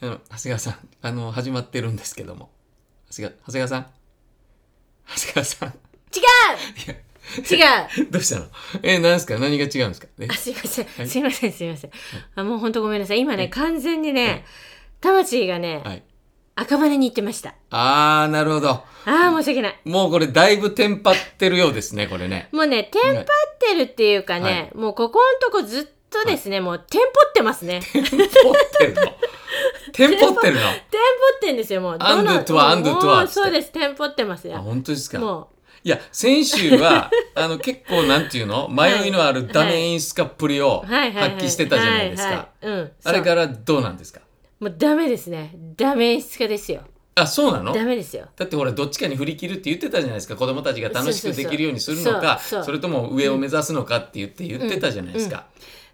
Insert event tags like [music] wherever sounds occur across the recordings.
長谷川さん、あの、始まってるんですけども。長谷川、長谷川さん長谷川さん [laughs] 違う違うどうしたのえ、なんすか何が違うんですかえあすいません、いすいませんすいません、あもう本当ごめんなさい今ね、完全にね、魂がね、はい。赤羽に行ってましたあー、なるほど。ああ申し訳ないもうこれだいぶテンパってるようですね、これね。 [laughs] もうねテンパってるっていうかね、はいもうここのとこずっとですね、もうテンポってます [laughs] ねテンポっテンポってるの。テンポってるの。てんですよもうアンドゥトゥアもうアンドゥトゥアもうそうですテンポってますあ、よ本当ですかもいや、先週は、あの、結構なんていうの迷いのあるダメ演出家っぷりをう発はいはいはい、揮してたじゃないですはか。いはいうん、あれそうからどうなんですかもうダメですねダメ演出家ですよあ、そうなのダメですよだってほらどっちかに振り切るって言ってたじゃないですか子供たちが楽しそうくそうそうできるようにするのかそうそうそれとも上を目指すのかって言って言ってたじゃないですか、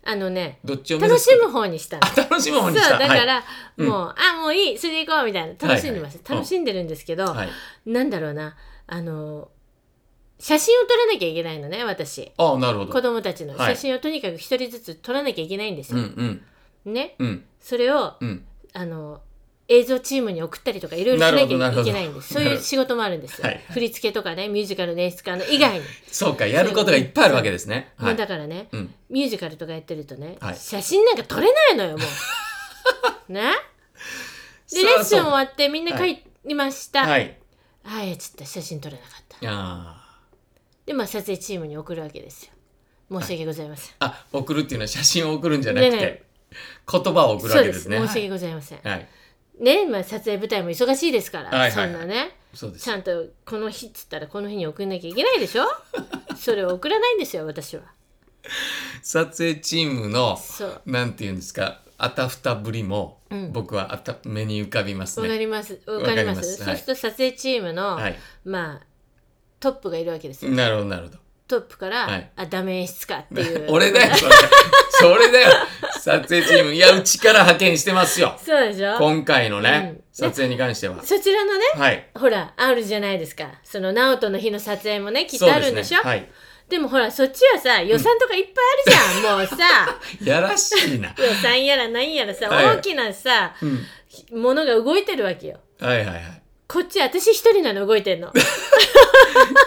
あのねどっちを目楽指すしむ方にしたのあ [laughs] 楽しむ方そうにしただかはら、もう、あもういいそれで行こうみたいな楽しんでます、はいはいうん楽しんでるんですけど、い、はい、なんだろうなあの写真を撮らなきゃいけないのね私ああなるほ子ど供たちのはい写真をとにかく一人ずつ撮らなきゃいけないんですうんよ、うんねうんそれをうんあの映像チームに送ったりとかいろいろしなきなゃるいほどけないんですそうなるいほうど仕事もあるんですよ、はいはい振り付けとかねミュージカルの演出家の以外に、そうかやることがいっぱいあるわけですねもはういだからねうんミュージカルとかやってるとね、はい写真なんか撮れないのよも [laughs] うねそでうレッスン終そうわってみんなは帰りました、はいああやっちゃった写真撮れなかったあでまあ撮影チームに送るわけですよ申し訳ございません、ーあ送るっていうのは写真を送るんじゃなくて、ねね言葉を送るわそけうでですすね申し訳ございません、はい、はい、ねまあ撮影舞台も忙しいですから、はいはいはいそんなねそうですちゃんとこの日っつったらこの日に送んなきゃいけない [laughs] でしょそれを送らないんですよ私は撮影チームのそうなんていうんですかあたふたぶりも、うん僕はあた目に浮かびますわかねりますわわかかりりまますすそうすると撮影チームの、はいまあトップがいるわけですよなるほどなるほどトップから、はいあダメ演出家っていう [laughs] 俺だよそれそれだよ撮影チームいやうちから派遣してますよそうでしょ今回のね、うん撮影に関してはそちらのねはいほらあるじゃないですかその直人の日の撮影もねきっそとあうるんでですしねょはいでもほらそっちはさ予算とかいっぱいあるじゃん、もう [laughs] さやらしいな予算やらなんやらさ、はい大きなさうんものが動いてるわけよはいはいはいこっち私一人なの動いてんの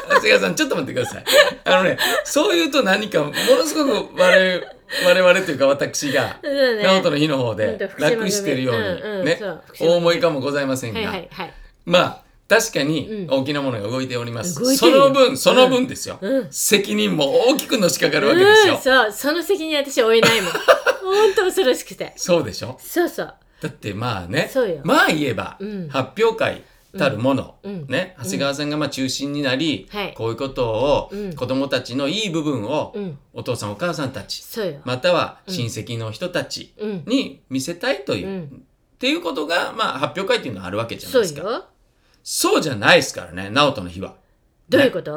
長谷川さんちょっと待ってくださいあのねそういうと何かものすごく我々我々というか私がそうね直人の日の方ほんとで福島組楽してるようんううんにねそう福島組大思いかもございませんはいはがいはいまあ確かにうん大きなものが動いております、動いてそるよの分その分ですよ、うん責任も大きくのしかかるわけですよ、うんそうその責任私負えないも [laughs] んほんと恐ろしくてそうでしょそうそうだってまあねそうよまあ言えば、うん発表会たるもの、うんね、長谷川さんがまあ中心になり、はいこういうことを、うん子供たちのいい部分を、うんお父さんお母さんたちそうよ、または親戚の人たちうんに見せたいという、うんっていうことが、まあ、発表会っていうのはあるわけじゃないそうですかよそうじゃないですからね直人の日はどういうこと、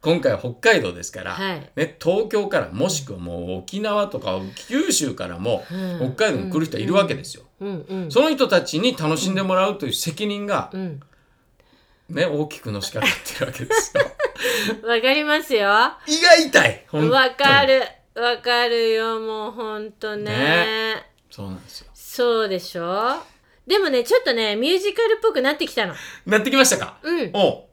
今回は北海道ですから、はいね、東京からもしくはもう沖縄とか九州からもうん北海道に来る人いるわけですよ、うんうんその人たちに楽しんでもらうという責任がうんね大きくのしかかってるわけですよわかりますよ胃が痛いほんとにわかるわかるよもうほんとねねそうなんですよそうでしょでもねちょっとねミュージカルっぽくなってきたのなってきましたかうんお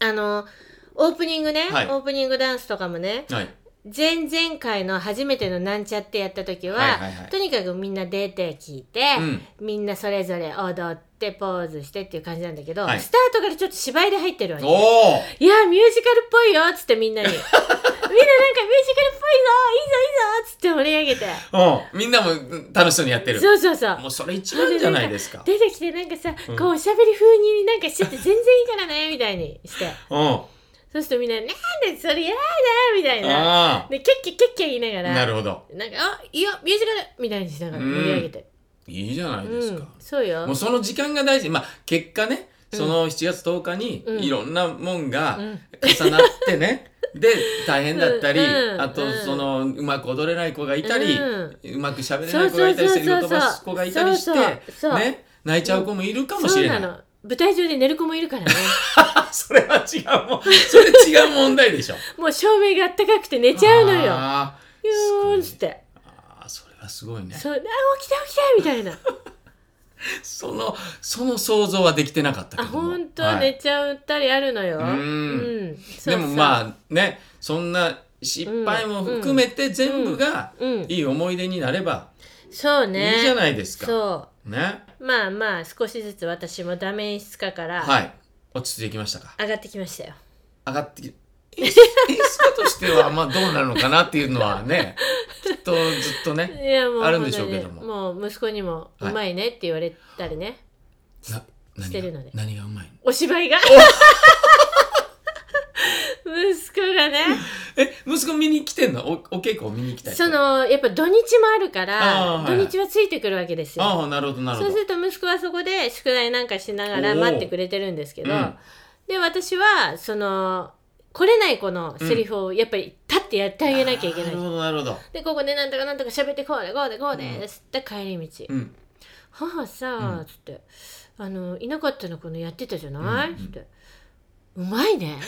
あのオープニングね、はいオープニングダンスとかもねうはい前々回の初めてのなんちゃってやった時は,、はいはいはいとにかくみんな出て聞いて、うんみんなそれぞれ踊ってポーズしてっていう感じなんだけど、はいスタートからちょっと芝居で入ってるわけおおいやミュージカルっぽいよっつって [laughs] みんなにみんななんかミュージカルっぽいぞいいぞいいぞっつって盛り上げてうんみんなもうん楽しそうにやってるそうそうそうもうそれ一番じゃないですか出てきてなんかさ、うんこうおしゃべり風になんかしてて全然いいからねみたいにしてうんあそうするとみんな「なんでそれやだ」みたいなあでキャッキャッキャッキャ言いながらなるほどなんか「あいいよミュージカル」みたいにしながら盛り上げていいじゃないる、でうすんか、そうよもうその時間が大事。まあ、結果ね、うんその7月10日にうんいろんなもんがうん重なって [laughs] ね、で、大変だったり、うんうんあと、その、うまく踊れない子がいたり、うんうまく喋れない子がいたりして、そうそ色飛うそうそうばす子がいたりして、そうそうそうね、泣いちゃう子もいるかもそしうれなない。の舞台上で寝る子もいるからね [laughs] それは違うもん。それ違う問題 [laughs] でしょ。もう照明があったかくて寝ちゃうのよあ「よーん」っつって。ーあー、それはすごいね。そうあ起きた起きたみたいなその、その想像はできてなかったけあども。本当、はい寝ちゃったりあるのよ。うんんそうそうでもまあね、そんな失敗も含めて全部がうんいい思い出になればそういいね。じゃないですか。そね。うまあまあ少しずつ私もダメ演出家からはい。落ち着いてきましたか。上がってきましたよ。上がってき、 [laughs] 演出演出家としてはまあどうなるのかなっていうのはね、きっとずっと [laughs] ね。いやもうあるんでしょうけども本当にもう息子にもうまいねって言われたりね、なし何てるがので何がうまいのお芝居が [laughs] 息子が [laughs] ねえ、息子見に来てんのおお稽古を見に来たりとそかのやっぱ土日もあるから、あーはいはい土日はついてくるわけですよ。ああ、なるほど、なるほそうどす。ると息子はそこで宿題なんかしながらおー待ってくれてるんですけど、うんで私はその来れない子のセリフをやっぱり立ってやってあげなきゃいけなない。るほど、なるほど。でここでなんとかなんとか喋ってこうでこうでこうでつって帰り道、うん。母さ、つってあのいなかったのこのやってたじゃない、うんうんつってうまいね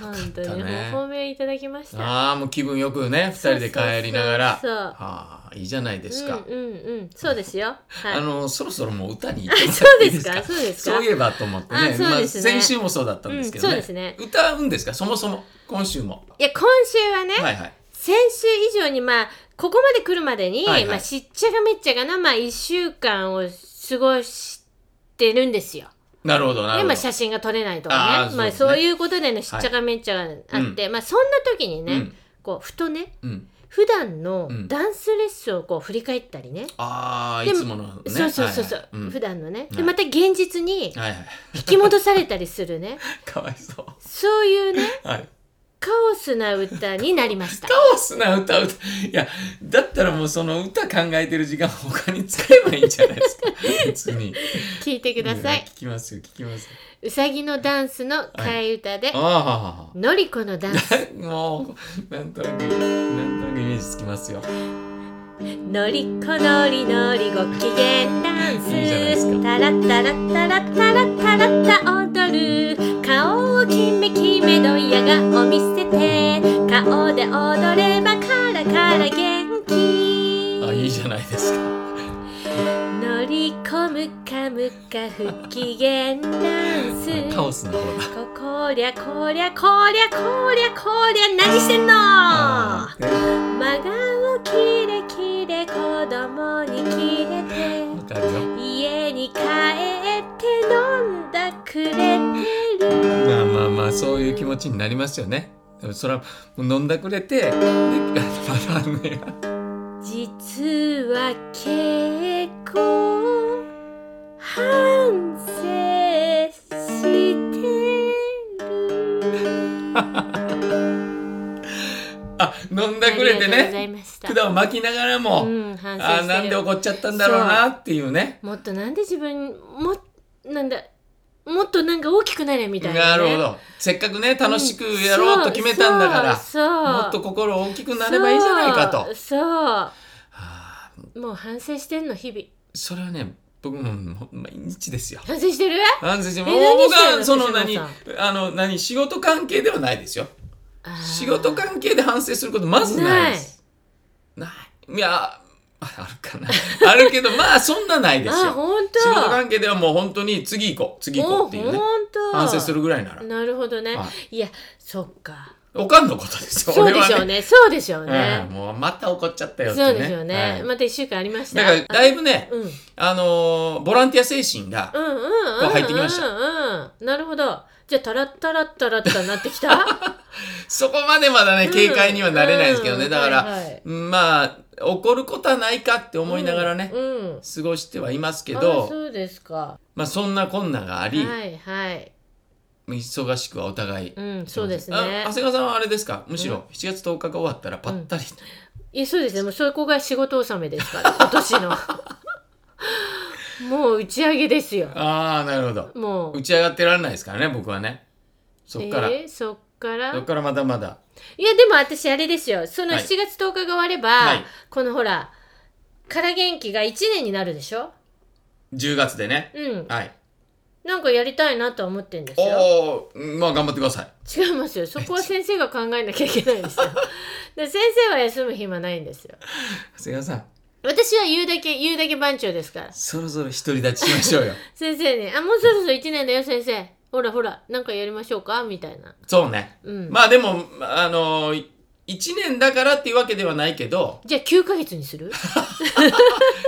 本当にお褒めいただきましたああ、もう気分よくね、二人で帰りながら。そうそうああ、いいじゃないですそうか。うんうんうんそうですよはいあのそろそろもう歌に行ってもらそうっていでいですすかか [laughs] そうですかそういえばと思ってねあそうですねまあ、先週もそうだったんですけどね,、うんそうですね歌うんですかそもそも今週もいや今週はね、はいはい先週以上にまあここまで来るまでに、はいはいまあ、しっちゃがめっちゃがなまあ1週間を過ごしてるんですよ。なるほどなるでほまどあ写真が撮れないとあーかねそうまあ、ですねそういうことでのしっちゃがめっちゃがあって、まあ、そんな時にね、うんこうふとねうん、普段のうんダンスレッスンをこう振り返ったりね、ああでいもつものねそうそうそうそう、はいはいうん普段のね、はでいまた現実にはいはい、引き戻されたりす [laughs] るねかわいそうそういうねはいカオスな歌になりましたカ。オスな歌歌いやだったらもうその歌考えてる時間他に使えばいいんじゃない [laughs] ですか別に聞いてくださういん。聞きますよ聞きますようさぎのダンスの替え歌で、ああのりこのダンスもうなんとなくなんとなくイメージつきますよのりこのりのりご機嫌ダンいいじゃないですかスタラッタラッタラッタラッタラッタ踊る顔をキメキメドヤ顔見せて顔で踊ればカラカラ元気あいいじゃないですかのりこむかむか不機嫌ダンスカオスの方だ。ここりゃこりゃこりゃこりゃこりゃ何してんのあー真顔キレキレ子供にキレてわかるよ。家に帰って飲んだくれてるまあまあまあそういう気持ちになりますよね。でもそれはもう飲んだくれて、で、あまだね、実は結構反省してるあ飲んだくれてありがとうござね、いました管を巻きながらも、うん反省あしてるなんで怒っちゃったんだろうなっていうね。もっとなんで自分もなんだもっとなんか大きくなれみたいなな、ね、るほど。せっかくね楽しくやろうと決めたんだから、そうもっと心大きくなればいいじゃないかと。はそうそあうもう反省してんの日々それはね僕ももう毎日ですよ。反省してるなんせもう何僕してんはのその何藤島あの何仕事関係ではないですよ。あー仕事関係で反省することまずないです。ない。いや、ああるかな。 [laughs] あるけど、まあそんなないですあよ。本当仕事関係ではもう本当に次行こう、次行こうっていうねお。本当反省するぐらいなら。なるほどね、、はいやそっかおかんのことですよ、そう俺ではしょうねそうでしょううんね、もうまた怒っちゃったよってね。そうですよね、はいまた一週間ありましただからだいぶね、うん、うんあのーボランティア精神が、うんうんうんこう入ってきましたうんうんなるほどじゃあタラッタラッタラッタになってきた [laughs] そこまでまだね、警戒にはなれないですけどうね。んだから、はいはいまあ、怒ることはないかって思いながらね、うんうん過ごしてはいますけあど、そうですかまあそんな困難があり、はいはい忙しくはお互い。うんそうですねあ長谷川さんはあれですかむしろ7月10日が終わったらパッタリ、いやそうですねもうそこが仕事納めで [laughs] すから今年のもう打ち上げですよああなるほどもう打ち上がってられないですからね僕はねそっから、えーそっからそっからまだまだいやでも私あれですよそのはい7月10日が終われば、はいこのほらから元気が1年になるでしょ10月でねうんはいなんかやりたいなとは思ってんですよおおまあ頑張ってください違いますよそこは先生 [laughs] が考えなきゃいけないんですよで先生は休む暇ないんですよ長谷川さん私は言うだけ言うだけ番長ですからそろそろ独り立ちしましょう [laughs] よ先生ねあもうそろそろ1年だよ先生ほらほらなんかやりましょうかみたいなそうねうん、まあでもあの1年だからっていうわけではないけどじゃあ9ヶ月に [laughs] する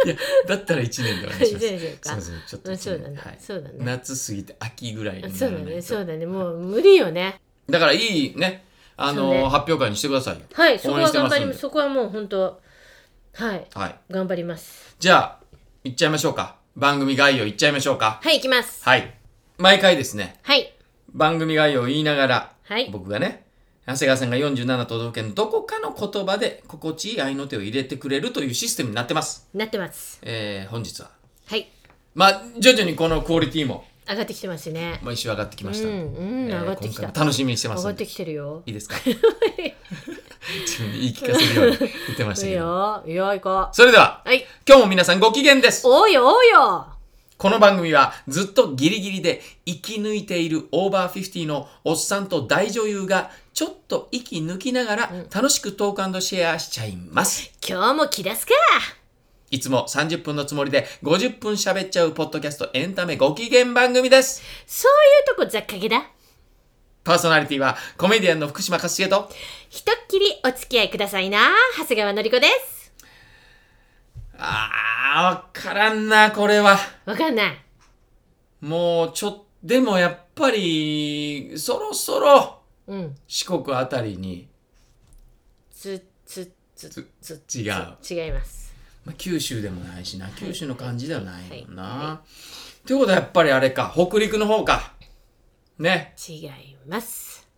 いや [laughs] だったら1年でお願いし先ます生すいかませんちょっとうん一そう年だね、はい、そうだね夏過ぎて秋ぐらいにならないとそうだねそうだねもう無理よねだからいいねあの、そうね発表会にしてくださいよはいそこ応援はして頑ます張んりでますそこはもう本当はいはい頑張りますじゃあいっちゃいましょうか番組概要いっちゃいましょうかはい行きますはい毎回ですねはい番組概要を言いながら、はい僕がね長谷川さんが47都道府県のどこかの言葉で心地いい愛の手を入れてくれるというシステムになってます、なってますえー、本日ははいまあ徐々にこのクオリティも上がってきてますねもう一周上がってきましうた、んうんえー上がってきた今回も楽しみにしてま上すがっんでていきてるよ [laughs] いですか自分で言い聞かせるように言ってましたいいけどよいいよ行こそれではうはい今日も皆さんご機嫌ですおうよおうよこの番組はずっとギリギリで生き抜いているオーバーフィフティのおっさんと大女優がちょっと息抜きながら楽しくトークシェアしちゃいます。今日も気出すかいつも30分のつもりで50分喋っちゃうポッドキャストエンタメご機嫌番組です。そういうとこざっかけだパーソナリティはコメディアンの福島かすげとひとっきりお付き合いくださいな長谷川のりこですあー、わからんな、これは。わかんないもうちょっ、でもやっぱり、そろそろうん四国あたりにつつつつつ違う。違いますまあ、九州でもないしな九州の感じではないもんな。はいはってことはやっぱりあれか北陸の方かね違います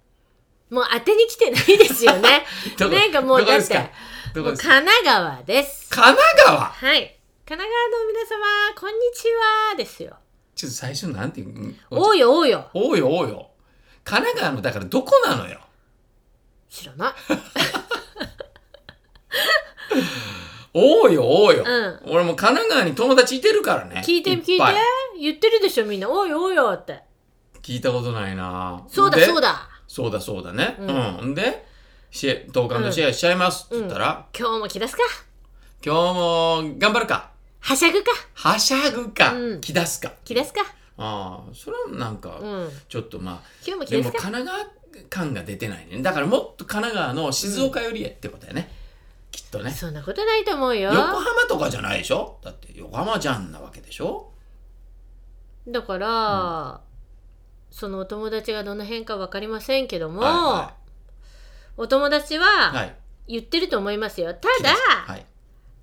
もう当てに来てないですよね [laughs] どこなんかもうどこだでっすてかどもこうで神すか奈川です神奈川はい神奈川の皆様こんにちはですよちょっと最初なんて言うおうよおうよおうよおうよ神奈川のだからどこなのよ知らないおうよおうよ、うん俺もう神奈川に友達いてるからね聞いてっ聞いてぱ言ってるでしょみんなおうよおうよって聞いたことないなそうだでそうだそうだそうだねううんん、でシェ同感のシェアしちゃいますって言ったら、今日も気出すか今日も頑張るかはしゃぐかはしゃぐか、うん気出すか気出すかああそれはなんかうんちょっとま今日もあ気ででもす神か奈川感が出てないねだからもっと神奈川の静岡よりへってことだよね、きっとねそんなことないと思うよ横浜とかじゃないでしょだって横浜じゃんなわけでしょだから、そのお友達がどの辺か分かりませんけども、はお友達いはい、は、はい言ってると思いますよ、た気出だす、はい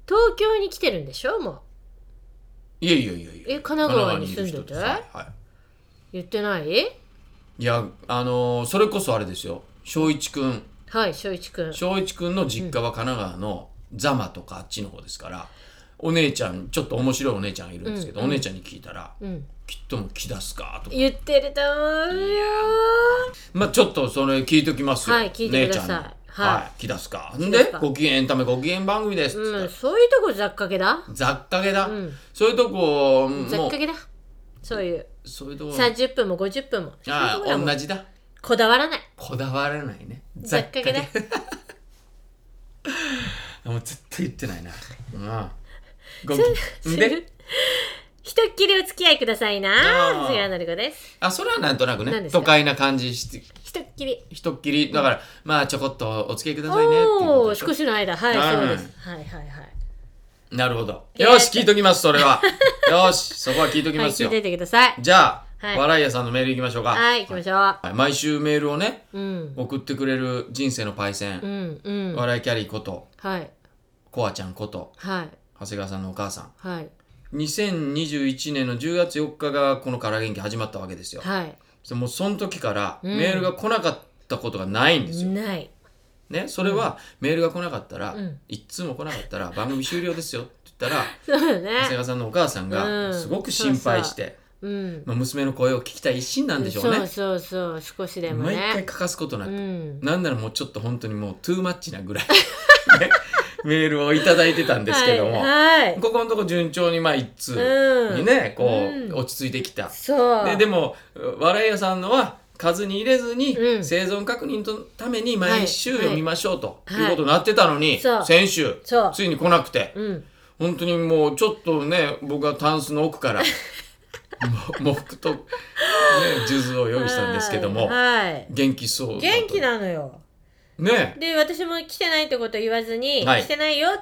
東京に来てるんでしょもういやいやいやいやえ神奈川に住んでて神奈川にいる人ですはいは言ってないい、いやあのーそれこそあれですよ翔一くんはい翔一くん翔一くんの実家は神奈川の座間とかあっちの方ですからお姉ちゃんちょっと面白いお姉ちゃんがいるんですけど、うんうんお姉ちゃんに聞いたらうん「きっともう気出すか」とか言ってると思うよまあちょっとそれ聞いておきますよ。はい聞いてく姉ちださいゃんにはいはい。気出すか。出すでか、ご機嫌エンタメご機嫌番組ですっつったら。うんそういうとこざっかけだ雑貨げだ。うんそういうとこ、ざもっうか、けだそういうそういうとこ、 30分も50分もあそういうとこだあ、もん同じだ。こだわらないこだわらないね。ざっかけだ雑貨げもう絶対言ってないな。うん。 [laughs] ご機嫌。で、ひとっきりお付き合いくださいあーな。杉原のりこです。あ、それはなんとなく何ねで、すか都会な感じして、ひとっきり。ひとっきり、だから、まあちょこっとお付き合いくださいねっていうおこおとー、でしょ少しの間、はい、はいそうです。はいはいはい。なるほど。いやよし、聞いときます、それ [laughs] は。よし、そこは聞いときはい、ます聞よ。いててください。じゃあ、はい笑い屋さんのメールいきましょうか。はい、行きましょう。はい毎週メールをね、うん、送ってくれる人生のパイセうン、ん、うん。笑いキャリーこと、はい、コアちゃんこと、はい、長谷川さんのお母さはい、ん。2021年の10月4日がこのから元気始まったわけですよ。はい。もうその時からうんメールが来なかったことがないんですよ。ない。ね、それはメールが来なかったら、うんいっつも来なかったら番組終了ですよって言ったら、そう長だ谷ね。川さんのお母さんうんがすごく心配して、うん。まあ、娘の声を聞きたい一心なんでしょうね。そうそうそう、少しでも毎回ね。欠かすことなうく、ん。なんならもうちょっと本当にもうトゥーマッチなぐらい、ね [laughs] メールをいただいてたんですけども、はい。はいここのとこ順調にまあ一通うにん。ね、こう、うん落ち着いてきた。そう。ででも笑い屋さんのは数に入れずに、うん生存確認のために毎週はい読みましょうと、はいい、うことになってたのに、そう先週そう。ついに来なくて、うん。本当にもうちょっとね僕はタンスの奥から [laughs] もう黙とね数珠を用意したんですけどもはいはい元気そうだと元気なのよねで私も来てないってことを言わずに、はい来てないよ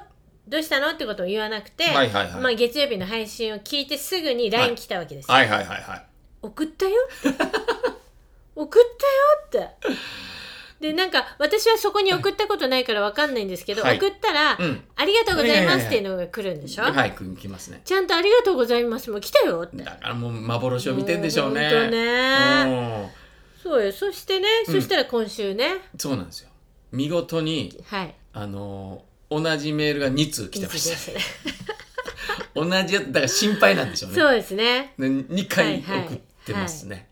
どうしたのってことを言わなくて、はいはいはいまあ、月曜日の配信を聞いてすぐには LINE い来たわけですよ、はいはいはいはい送ったよ [laughs] 送ったよってでなんか私はそこに送ったことないからわかんないんですけど、はい送ったら、うんありがとうございやいます」いやいやっていうのが来るんでしょ、はい来ますねちゃんと「ありがとうございます」も来たよってだからもう幻を見てんでしょうねほんとねうんそうよそしてね、そしたら今週ねそうなんですよ見事にはいあのー同じメールが2通来てましたた同じやつだから心配なんでしょうねそうですねね2回はいはい送ってますね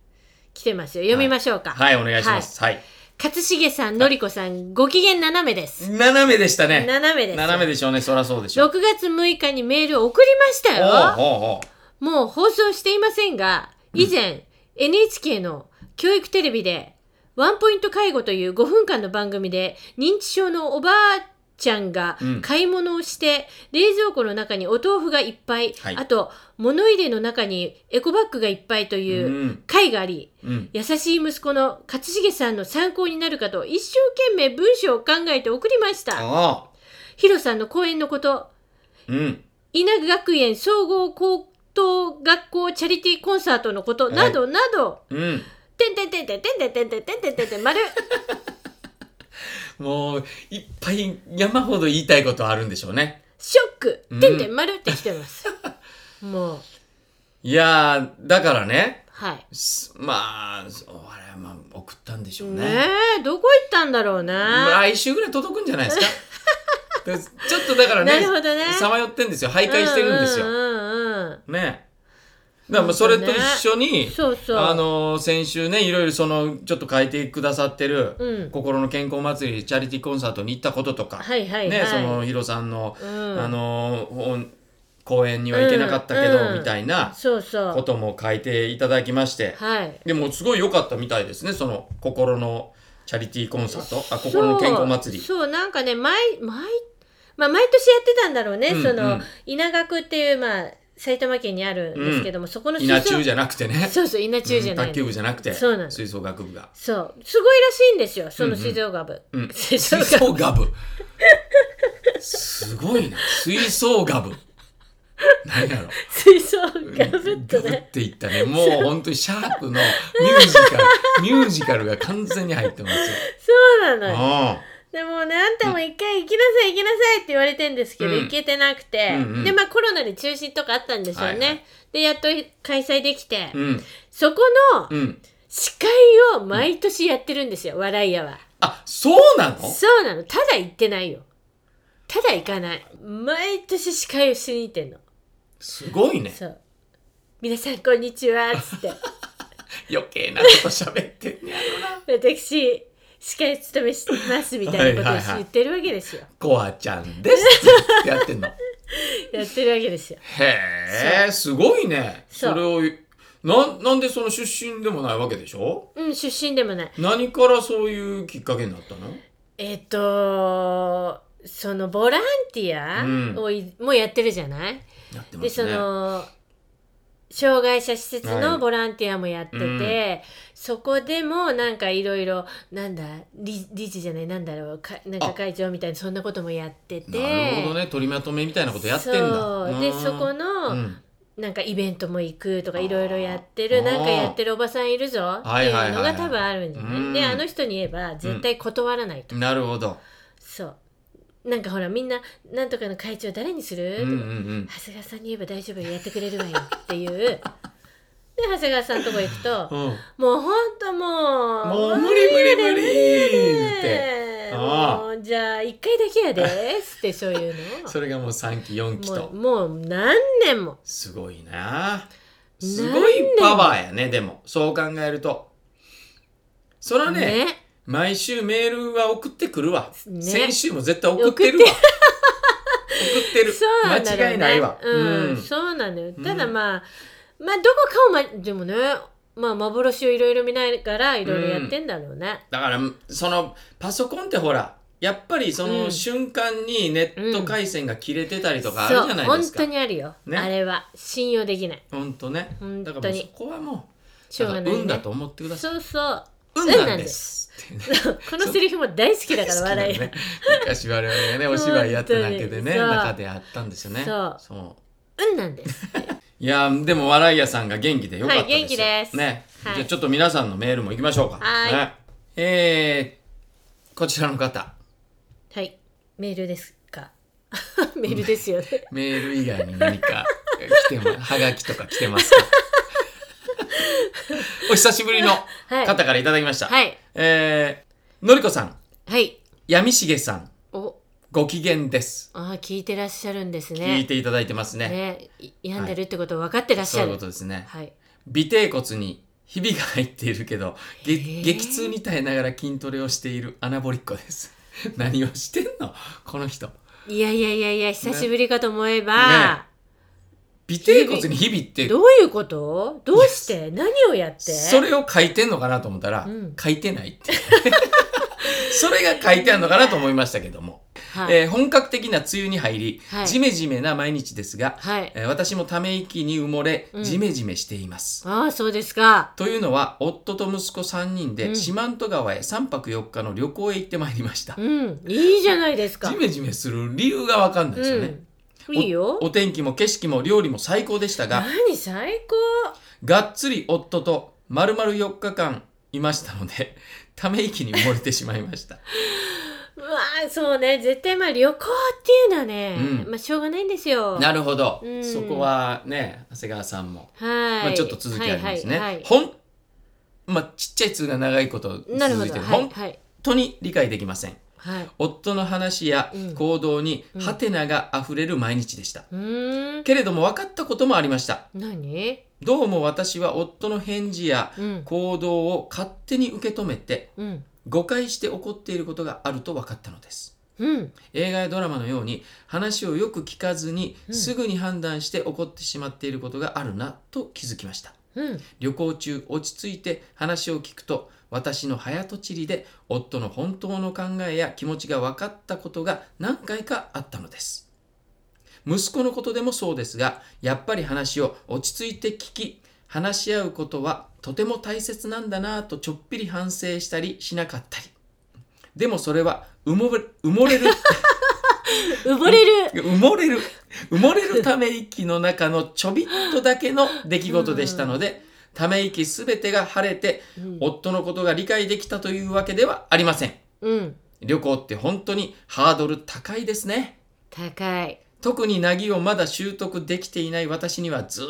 来てますよ読みましょうかはい、お願いしますはい、勝重さん、のりこさん、ご機嫌斜めです。斜めでしたね斜めです。斜めでしょうねそりゃそうでしょ6う月6日にメールを送りましたおうよ。おうおうもう放送していませんが、以前、NHK の教育テレビで、ワンポイント介護という5分間の番組で、認知症のおばあちゃんがうん買い物をして、冷蔵庫の中にお豆腐がいっぱい、はいあと、物入れの中にエコバッグがいっぱいとういうん回があり、うん優しい息子の勝重さんの参考になるかと一生懸命文章を考えて送りましたああヒロさんの講演のことうん稲城学園総合高等学校チャリティーコンサートのことはいなどなどうん「てんてんてんてんてんてんてんてんてんてんてんてん丸もういっぱい山ほど言いたいことあるんでしょうねショックうんてんてん丸」って来てますもういやーだからねはいすまあそうあれはまあ送ったんでしょうねねえどこ行ったんだろうね来週ぐらい届くんじゃないです [laughs] かでちょっとだからなねるほどねさまよってんですよ徘徊してるんですよ、うんうんうんねだからまあそれと一緒に、そうそうあのー先週ねいろいろそのちょっと書いてくださってる、うん心の健康祭りチャリティーコンサートに行ったこととか、はいはいはいねそのヒロさんの、うんあのー本公演には行けなかったけど、うんみたいなそうそこうとも書いていただきまして、はいでもすごい良かったみたいですねその心のチャリティーコンサートあ心の健康祭りそうそうなんかね毎毎,、まあ、毎年やってたんだろうね、うんそうのん稲学っていうまあ埼玉県にあるんですけども、そこの稲中吹奏じゃなくてねそうそう稲中じゃうんない、卓球部じゃなくてそうなの吹奏楽部が。そうすごいらしいんですよその吹奏楽部、 [laughs] うん吹奏吹楽部奏ガ [laughs] ブ。すごいな。吹奏ガブ。何やろ。吹奏楽部ってガブっねて言ったね。もう本当にシャープのミュージカル、ミュージカルが完全に入ってますよ。そうなのよあでもねあんたも一回行きなさい行きなさいって言われてんですけど、うん行けてなくて、うんうんでまあコロナで中止とかあったんですよはね、いはいでやっと開催できて、あ。うん。そこのうん。司会を毎年やってるんですよ、笑い屋は。あ、そうなのそうなの。ただ行ってないよ。ただ行かない。毎年司会をしに行ってんの。すごいね。そう。皆さん、こんにちは。つって。余計なこと喋ってんねやろな。私、司会務めしますみたいなことはいはいをはい言ってるわけですよ。コアちゃんですってやってんの。やってるわけですよ。へえ、すごいね。そうそれを、なん、なんでその出身でもないわけでしょうん、出身でもない。何からそういうきっかけになったのえっと、そのボランティアをい、もうやってるじゃないやってまでそすね。の障害者施設はのいボランティアもやってて、うんそこでもなんかいろいろなんだ理理事じゃないなんだろうかなんかあ会長みたいなそんなこともやっててなるほどね取りまとめみたいなことやってんだそうでそこの、うんなんかイベントも行くとかいろいろやってあるーなんかやってるおばさんいるぞってはいいうはいはいのが多分あるんじゃない、うんであの人に言えば絶対断らないと、なるほどそうなんかほらみんななんとかの会長誰にする、うんうんうん長谷川さんに言えば大丈夫よやってくれるわよっていうで長谷川さんのとこ行くとうんもうほんともうもう無理無理無理ってああもうじゃあ一回だけやですってそういうのそれがもう3期4期もうともう何年もすごいなすごいパワーやねでもそう考えるとそらね毎週メールは送ってくるわ、ね先週も絶対送ってるわ送ってるそうなんだろうね間違いないわうん、うんそうなのようんただまあ、まあどこかをまでもねまあ幻をいろいろ見ながらいろいろやってんだろうね、だからそのパソコンってほらやっぱりそうのん瞬間にネット回線が切れてたりとかあるじゃないそでう本す当か。にあるよ、ねあれは信用できない本当ね。本だか当らもうそにこはもしう、ょうながなんい、かね、運だと思ってください。そうそう運運ななんんでですす。ってねそうこのセリフも大好きだから笑好いきだね。昔我々がね、お芝居やってただけでね、本当にそう中であったんですよね。そうそう運なんですいやーでも笑い屋さんが元気でよかったですよ。はい元気ですね、はいじゃあちょっと皆さんのメールも行きましょうか。はいねえー、こちらの方はいメールですか [laughs] メールですよねメール以外に何か来てまはがきとか来てます [laughs] か。お久しぶりのはい方からいただきました。はいえー、のりこさん、はいやみしげさん、おご機嫌です。あー聞いてらっしゃるんです聞いねていただいてますね。ねい病んでるってこと分かってらっしそうゃいうることですね。はい尾てい骨にひびが入っているけど、げー激痛に耐えながら筋トレをしているアナボリッコです。 [laughs] 何をしてんのこの人。いやいやいやいや久しぶりかと思えねば、尾てい骨にひびって、どういうことどうして何をやってそれを書いてんのかなと思ったら、うん書いてないって。 [laughs] それが書いてあるのかなと思いましたけども。 [laughs] はい、えー本格的な梅雨に入り、はいジメジメな毎日ですが、はいえー私もため息に埋もれ、うんジメジメしています。ああそうですかというのは夫と息子3人うでん四万十川へ3泊4日の旅行へ行ってまいりました、うんいいじゃないですかジメジメする理由がわかんないですよね、うん、いいよおお天気も景色も料理も最高でしたが何最高がっつり夫と丸々4日間いましたので [laughs] ため息に埋もれてしまいました [laughs] うわあそうね絶対まあ旅行っていうのはね、うんまあしょうがないんですよなるほど、うんそこはね長谷川さんも、はい、まあ、ちょっと続きありますね、はいはいはいほんまあちっちゃい「通が長いこと続いなるほてどるはい本はい当に理解できませんはい夫の話やうん行動にうんハテナがあふれる毎日でした、うーんけれども分かったこともありました何どうも私は夫の返事やうん行動を勝手に受け止めてうん誤解して怒っていることがあると分かったのですうん映画やドラマのように話をよく聞かずにうんすぐに判断して怒ってしまっていることがあるなと気づきましたうん旅行中落ち着いて話を聞くと私の早とちりで夫の本当の考えや気持ちが分かったことが何回かあったのです息子のことでもそうですがやっぱり話を落ち着いて聞き話し合うことはとても大切なんだなぁとちょっぴり反省したりしなかったりでもそれは埋もれ埋もれる [laughs] 埋もれる埋もれる埋もれるため息の中のちょびっとだけの出来事でしたのでため息すべてが晴れてうん夫のことが理解できたというわけではありませんうん旅行って本当にハードル高いですね高い特に凪をまだ習得できていない私にはずー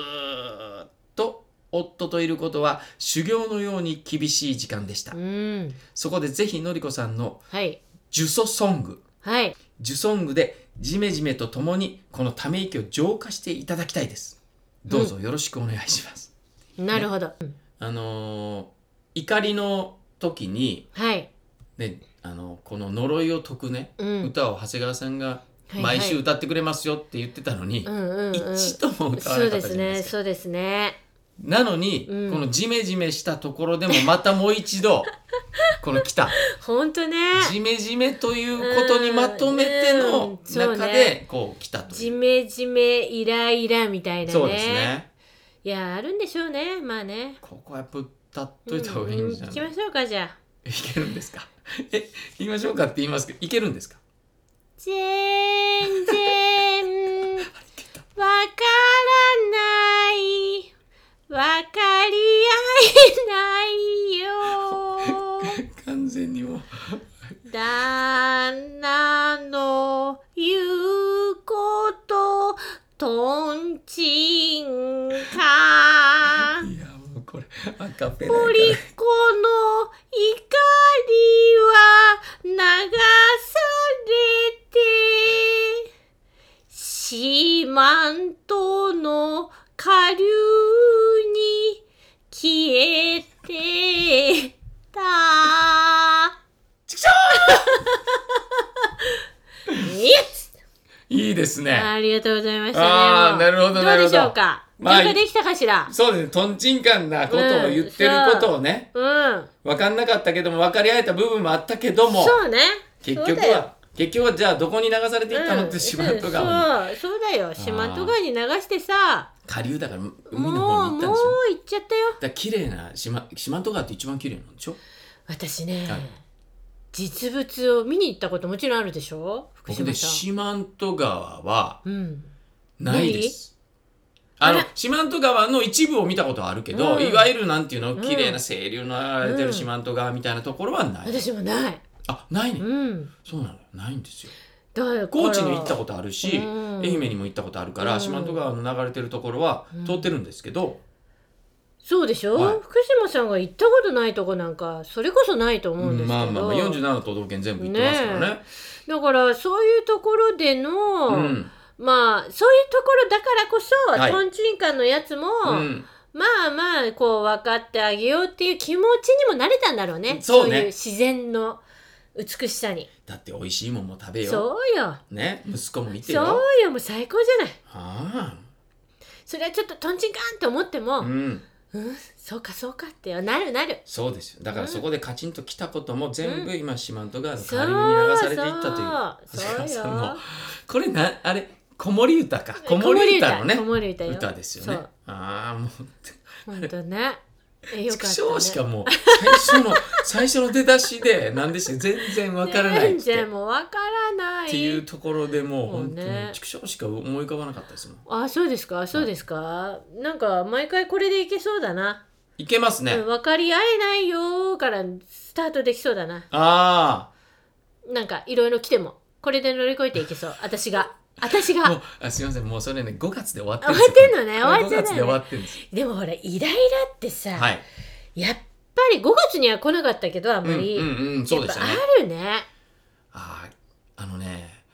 っと夫といることは修行のように厳しい時間でしたうんそこでぜひのりこさんのはい呪詛ソングはい呪ソングでジメジメとともにこのため息を浄化していただきたいですどうぞよろしくお願いします、なるほど、うんあのー怒りの時にはいねあのこの呪いを解くね、うん歌を長谷川さんがはいはい毎週歌ってくれますよって言ってたのに、うんうんうん一度も歌わそなうかったですじゃないでねすかそうですねなのに、うんこのジメジメしたところでもまたもう一 [laughs] 度この来た本当ねジメジメということにまとめてうのんそう中ねでこう来たとジいう、メジメイライラみたいなねそうですねいやあるんでしょうねまあねここはやっぱ歌っといた方がいいんじゃない、うんうん行きましょうかじゃあいけるんですかえ行きましょうかって言いますけどいけるんですか全然わからないわかり合えない [laughs] よ完全にもう旦那の言うこととんちんかいやもうこれアカペラやポからリコの怒りは流されて四万十の下流に消えてた。いいですね。ありがとうございましたね。あーもうなるほどなるほどどうでしょうか。まあ準備できたかしら。そうですね。とんちんかんなことを言ってることをね、うん。分かんなかったけども、分かり合えた部分もあったけども、そうね。結局そうだよは結局はじゃあどこに流されていったのって四万十川にうんそうそうだよ四万十川に流してさ下流だから海もうの方に行ったんもうでしょ行っちゃったよだから綺麗な四万四万十川って一番綺麗なんでしょ私ね、はい実物を見に行ったこともちろんあるでしょ福僕島ねさん四万十川はうんないですあのあら四万十川の一部を見たことはあるけど、うんいわゆるなんていうのん綺麗な清流の流れてる四万十川みたいなところはない、私もないあないね、うんそうなのよないんですよだから高知に行ったことあるし、うん愛媛にも行ったことあるから、うん四万十川の流れてるところは通ってるんですけど、そうでしょ、はい福島さんが行ったことないとこなんかそれこそないと思うんですけど、まあまあまあ47都道府県全部行ってますからねねだからそういうところでの、うんまあそういうところだからこそ、はいトンチンカンのやつも、うんまあまあこう分かってあげようっていう気持ちにもなれたんだろうねそうねいう自然の美しさにだって美味しいもんも食べよそうようね息子もいてそうよよもう最高じゃないあそれはちょっとトンチンカンって思っても、あう、うんんそうかそうかってなるなるそうですよだからそこでカチンと来たことも全部今四万十川のそう代わりに流されていったというそ [laughs] う長谷川そうさんのよこれなあれ子守歌か子守歌のね子守歌よ歌ですよねそうああもう本当ねえよかった、ね、少しかもう最 [laughs] 初の最初の出だしで何でした全然わからないっ全て然っもうわからないていうところでもうもう本当ねに畜生しか思い浮かばなかったですもんあそうですかそうですか、なんか毎回これでいけそうだな、いけますね、うん分かり合えないよーからスタートできそうだなあなんかいろいろ来てもこれで乗り越えていけそう私が私あもがうあすいませんもうそれね5月で終わって終わるんっですよてんのね終わっこれ5て月でな終いねわってるんですでもほらイライラってさ、はいやっぱり5月には来なかったけどあんうんまり、うんうんそうでやしったぱねあるねあーあのね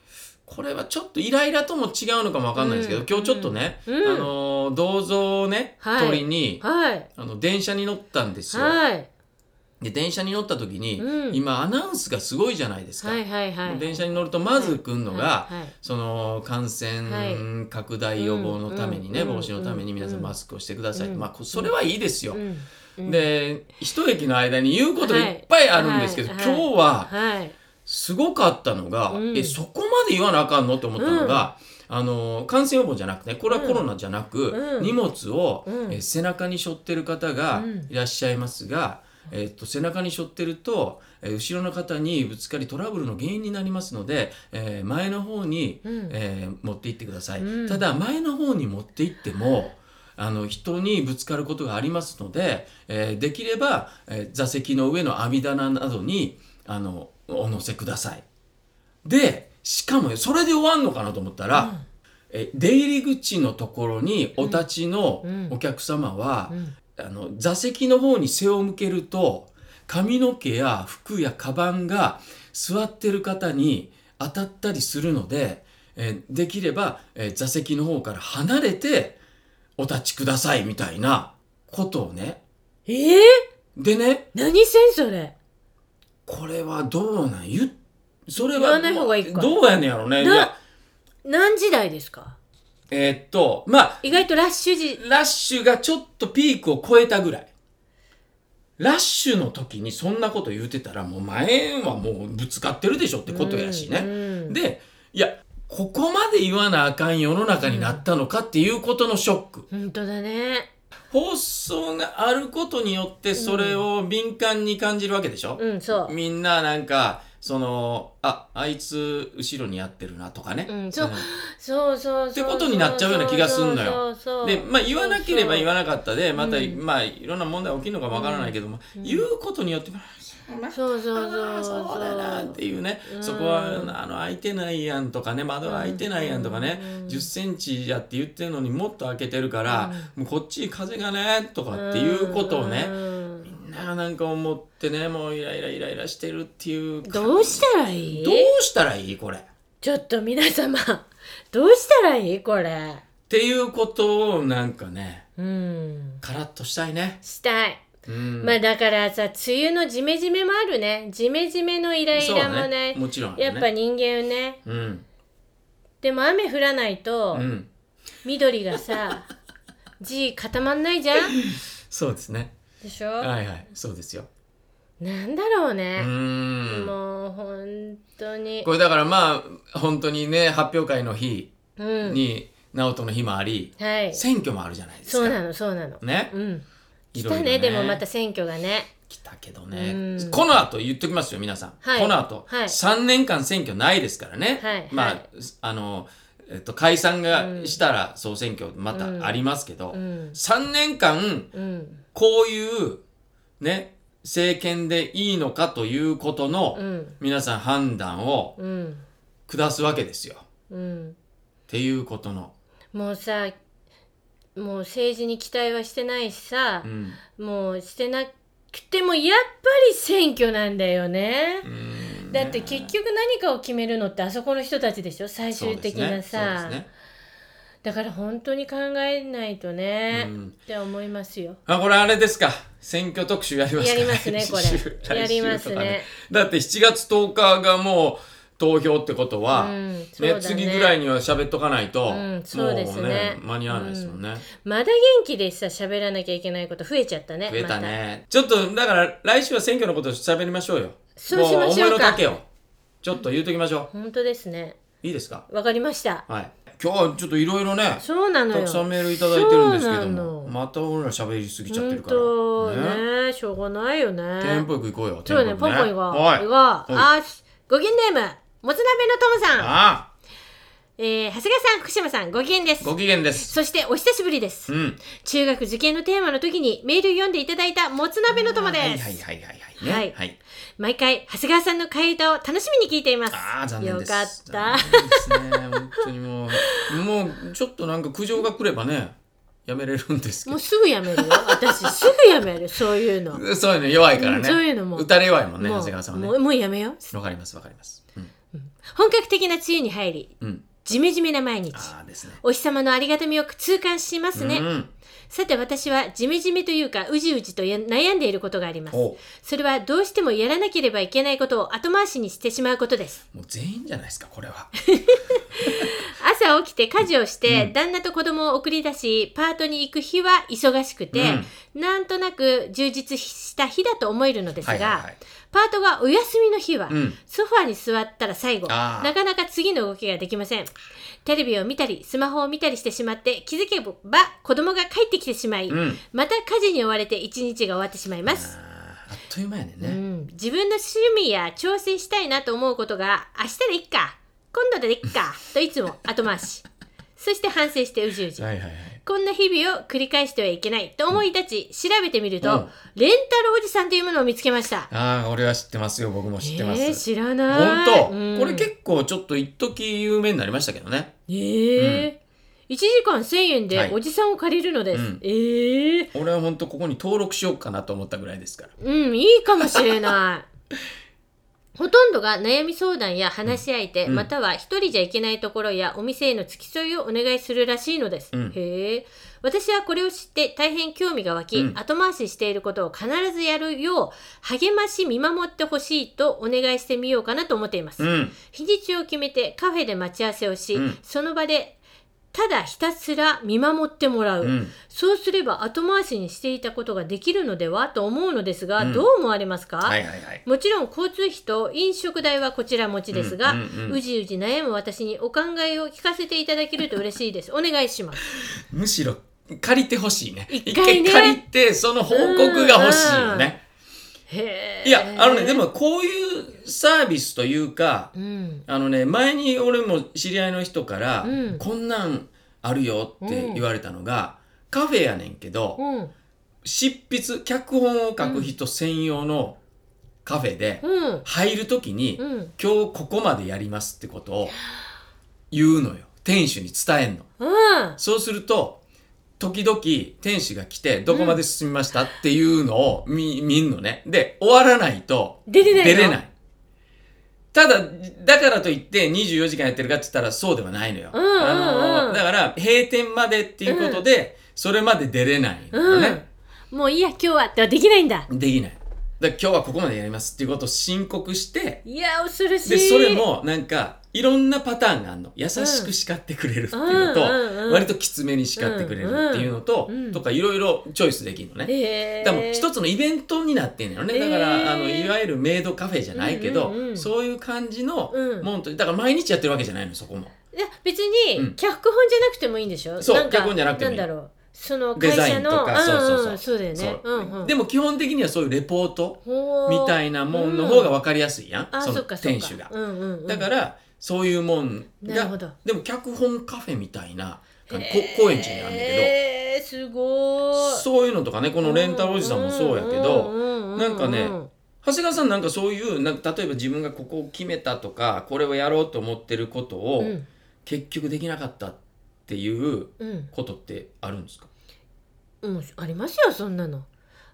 これはちょっとイライラとも違うのかもわかんないですけど、うん今日ちょっとね、うんあのー銅像をね、はい取りにはいあの電車に乗ったんですよ、はいで電車に乗った時に、うん今アナウンスがすごいじゃないですか、はいはいはい電車に乗るとまず来るのが、はいはいその感染拡大予防のためにね、うんうん防止のために皆さうんんマスクをしてください、うんまあこそれはいいですよ、うんうんで一駅の間に言うことがいっぱいあるんですけど、はいはい今日ははいすごかったのが、うんえそこまで言わなあかんのって思ったのが、あの感染予防じゃなくてこれはコロナじゃなく、うん荷物を、うんえ背中に背負ってる方がうんいらっしゃいますが、えっと背中に背負ってると、え後ろの方にぶつかりトラブルの原因になりますので、えー前の方に、うんえー持って行ってください、うんただ前の方に持って行ってもあの人にぶつかることがありますので、えーできれば、えー座席の上の網棚などにあのお乗せください。でしかもよそれで終わんのかなと思ったら、え出入り口のところにお立ちのうんうんお客様はう、んあの座席の方に背を向けると髪の毛や服やカバンが座ってる方に当たったりするので、えーできれば、えー座席の方から離れてお立ちくださいみたいなことをねえー、でね何せんそれこれはどうなんゆそれは言わない方がいいかどうやねんやろねいなや何時台ですかえーっとまあ意外とラッシュ時ラッシュがちょっとピークを超えたぐらい。ラッシュの時にそんなこと言うてたら、もう前はもうぶつかってるでしょってことやしね。うんで、いや、ここまで言わなあかん世の中になったのかっていうことのショック。本当だね放送があることによってそれを敏感に感じるわけでしょ、うんそうみんななんか、その、あ、あいつ後ろにやってるなとかね。うんそうそうそうそうってことになっちゃうような気がすんのよそうそうそうでまあ言わなければ言わななかったでまた、うんまあいろんな問題起きるのかわからないけども、言うことによってまあそうそうあそーうそうだなっていうね、うんそこはあの開いてないやんとかね窓開いてないやんとかね、うん10センチやって言ってるのにもっと開けてるから、もうこっち風がねとかっていうことをね、うんみんななんか思ってねもうイライライライラしてるっていうどうしたらいいどうしたらいいこれっちょっと皆様 [laughs] どうしたらいいこれていうことをなんかねうんカラッとしたいね。したいうんまあだからさ梅雨のジメジメもあるねジメジメのイライラもねもちろん、ね、やっぱ人間ねうんでも雨降らないと、うん緑が [laughs] さ字固まんないじゃんそうですねでしょ、はいはいそうですよなんだろううーね、んもう本本当にこれだからまあ本当にね発表会の日うんに直人の日もあり、はい選挙もあるじゃないですかそうなのそうなのねうんい来ろいたろねでもまた選挙がね来たけどね、うんこの後言っときますよ皆さん、はいこの後、はい3年間選挙ないですからね、はいまあ、はいあの、えっと、解散うがんしたら総選挙またありますけど、うん3年間うんこういうね政権でいいのかということの、うん皆さん判断をうん下すわけですよ。っうんていうことの。もうさもう政治に期待はしてないしさう、んもうしてなくてもやっぱり選挙なんだよねう。んだって結局何かを決めるのってあそこの人たちでしょ最終的そうなさ、ですねそうですねだから本当に考えないとね、うんって思いますよ。あこれあれですか選挙特集やりますかやりま [laughs] すねこれ来週来週やりますとねかだって7月10日がもう投票ってことは、うんそうねだね次ぐらいには喋っとかないと、うんそうですねもう間に合わないですもんね、まだ元気でさ喋らなきゃいけないこと増えちゃったね。増えたね、ちょっとだから来週は選挙のこと喋りましょうよそうしましょうも思かいの丈をちょっと言うときましょまた。本当ですね。ういいですかわかりました。はい今日はちょっといろいろねそうなのよ。たくさんメールいただいてるんですけそどうなものまた俺ら喋りすぎちゃってる本から当ねしょうがないよね。テンポよく行こうよそうね、テポンよポくン行こう。はい行こう。あーし、ごきげんネーム、もつ鍋のトムさん。ああえー、長谷川さん、福島さん、ごきげんです。ご機嫌ですそして、お久しぶりですう。ん中学受験のテーマの時にメール読んでいただいたもつ鍋の友はいではいす。はいはいはいねはいはい毎回、長谷川さんの替え歌を楽しみに聞いています。ああ残念ですよか残った。念ですね本当にもうもうちょっとなんか苦情が来ればねやめれるんですけもうすぐやめるよ。私、すぐやめる。そういうの。ど [laughs] そういうの弱いからねそういうのも打たれ弱いもんねも長う谷川さんはねもうもうやめよう。わかりますわかりますうん本格的な梅雨に入り、うんジメジメな毎日。ああですねお日様のありがたみを痛感しますね。うんさて私はジメジメというかうじうじとや悩んでいることがありますおそれはどうしてもやらなければいけないことを後回しにしてしまうことですもう全員じゃないですか [laughs] これは朝起きて家事をして、うん旦那と子供を送り出しパートに行く日は忙しくて、なんとなく充実した日だと思えるのですが、はいはいはいパートがお休みの日は、うんソファーに座ったら最後あーなかなか次の動きができませんテレビを見たりスマホを見たりしてしまって気づけば子供が帰ってきてしまい、うんまた家事に追われて一日が終わってしまいます、あーあっという間やねんうねん、自分の趣味や挑戦したいなと思うことが明日でいっか今度でいっかといつも後回しそして反省してうじうじはいはいはいこんな日々を繰り返してはいけないと思い立ち調べてみると、うんレンタルおじさんというものを見つけましたああ俺は知ってますよ僕も知ってます、えー、知らない本当、うんこれ結構ちょっと一時有名になりましたけどねえー1時間1000円はでいおじさんを借りるのです、うんえー俺は本当ここに登録しようかなと思ったぐらいですからうん、いいかもしれない。 [laughs] ほとんどが悩み相談や話し相手、うんまたは一人じゃいけないところやお店への付き添いをお願いするらしいのです。うんへえ。私はこれを知って大変興味が湧き、うん後回ししていることを必ずやるよう励まし見守ってほしいとお願いしてみようかなと思っています。うん日にちを決めてカフェで待ち合わせをし、うんその場でただひたすら見守ってもらう、うんそうすれば後回しにしていたことができるのではと思うのですが、うんどう思われますか、はいはいはいもちろん交通費と飲食代はこちら持ちですが、ううんうんうんじうじ悩む私にお考えを聞かせていただけると嬉しいです。お願いします。むしろ借りてほしいね一回ね借りてその報告が欲しいよねへーいやあのねで、もこういうサービスというかうん、あのね前に俺も知り合いの人から、うんこんなんあるよって言われたのが、カフェやねんけど、うん、執筆脚本を書く人専用のカフェで、うん、入る時に、うん、今日ここまでやりますってことを言うのよ店主に伝えんのうん、そうすると時々店主が来てどこまで進みましたっていうのを見,、見んのねで終わらないと出れないの出れないただだからといって24時間やってるかって言ったらそうではないのよ、うんうんうんあのだから閉店までっていうことで、それまで出れないのね、もういいや今日はってはできないんだ。できないだから今日はここまでやりますっていうことを申告して、いや恐ろしいで、それもなんか、いろんなパターンがあるの。優しく叱ってくれるっていうのと、割ときつめに叱ってくれるっていうのと、うんうんとかいろいろチョイスできるのね。えー、多分一つのイベントになってんのよね。だから、えーあの、いわゆるメイドカフェじゃないけど、うんうんうんそういう感じのうんもんと、だから毎日やってるわけじゃないの、そこも。いや別うんに脚本じゃなくてもいいんでしょ、そうなんか脚本じゃなくてもいいんだろうそのデ会ザイ社ンのとかそうそうそうんんそうだよねそううんうん、でも基本的にはそういうレポートもみいたいなもんの方が分かりやすいやん、あそそのっかそっ店か主が。うんうんうん、だから、そういうもんなるほが、どでも脚本カフェみたいな、こ高円寺にあるんだけえー、すごど、いそういうのとかね、このレンタルおじさんもそうやけど、なんかね長谷川さんなんかそういうなんか例えば自分がここを決めたとかこれをやろうと思ってることを、うん結局できなかったっていううん、ことってあるんで [laughs] すかうん、ありますよそんなの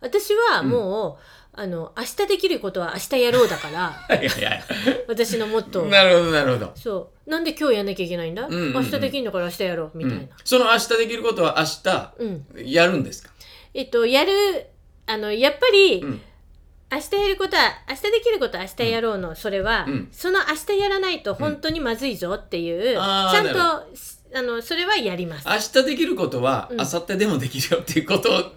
私はもう、あの明日できることは明日やろうだから [laughs] いやいや私のモットーはなるほどなるほど、そうなんで今日やんなきゃいけないんだ、うんうんうん明日できるんだから明日やろうみうたいんな、、その明日できることはうん、明日やるんですか、えっと、やる、あの、やっぱり、うん明日やることは、明日できることは明日やろうの、それは、うんその明日やらないと本当にまずいぞっていう、ちあーゃんなと、しあの、それはやります。明日できることはうん明後日でもできるよっていうこと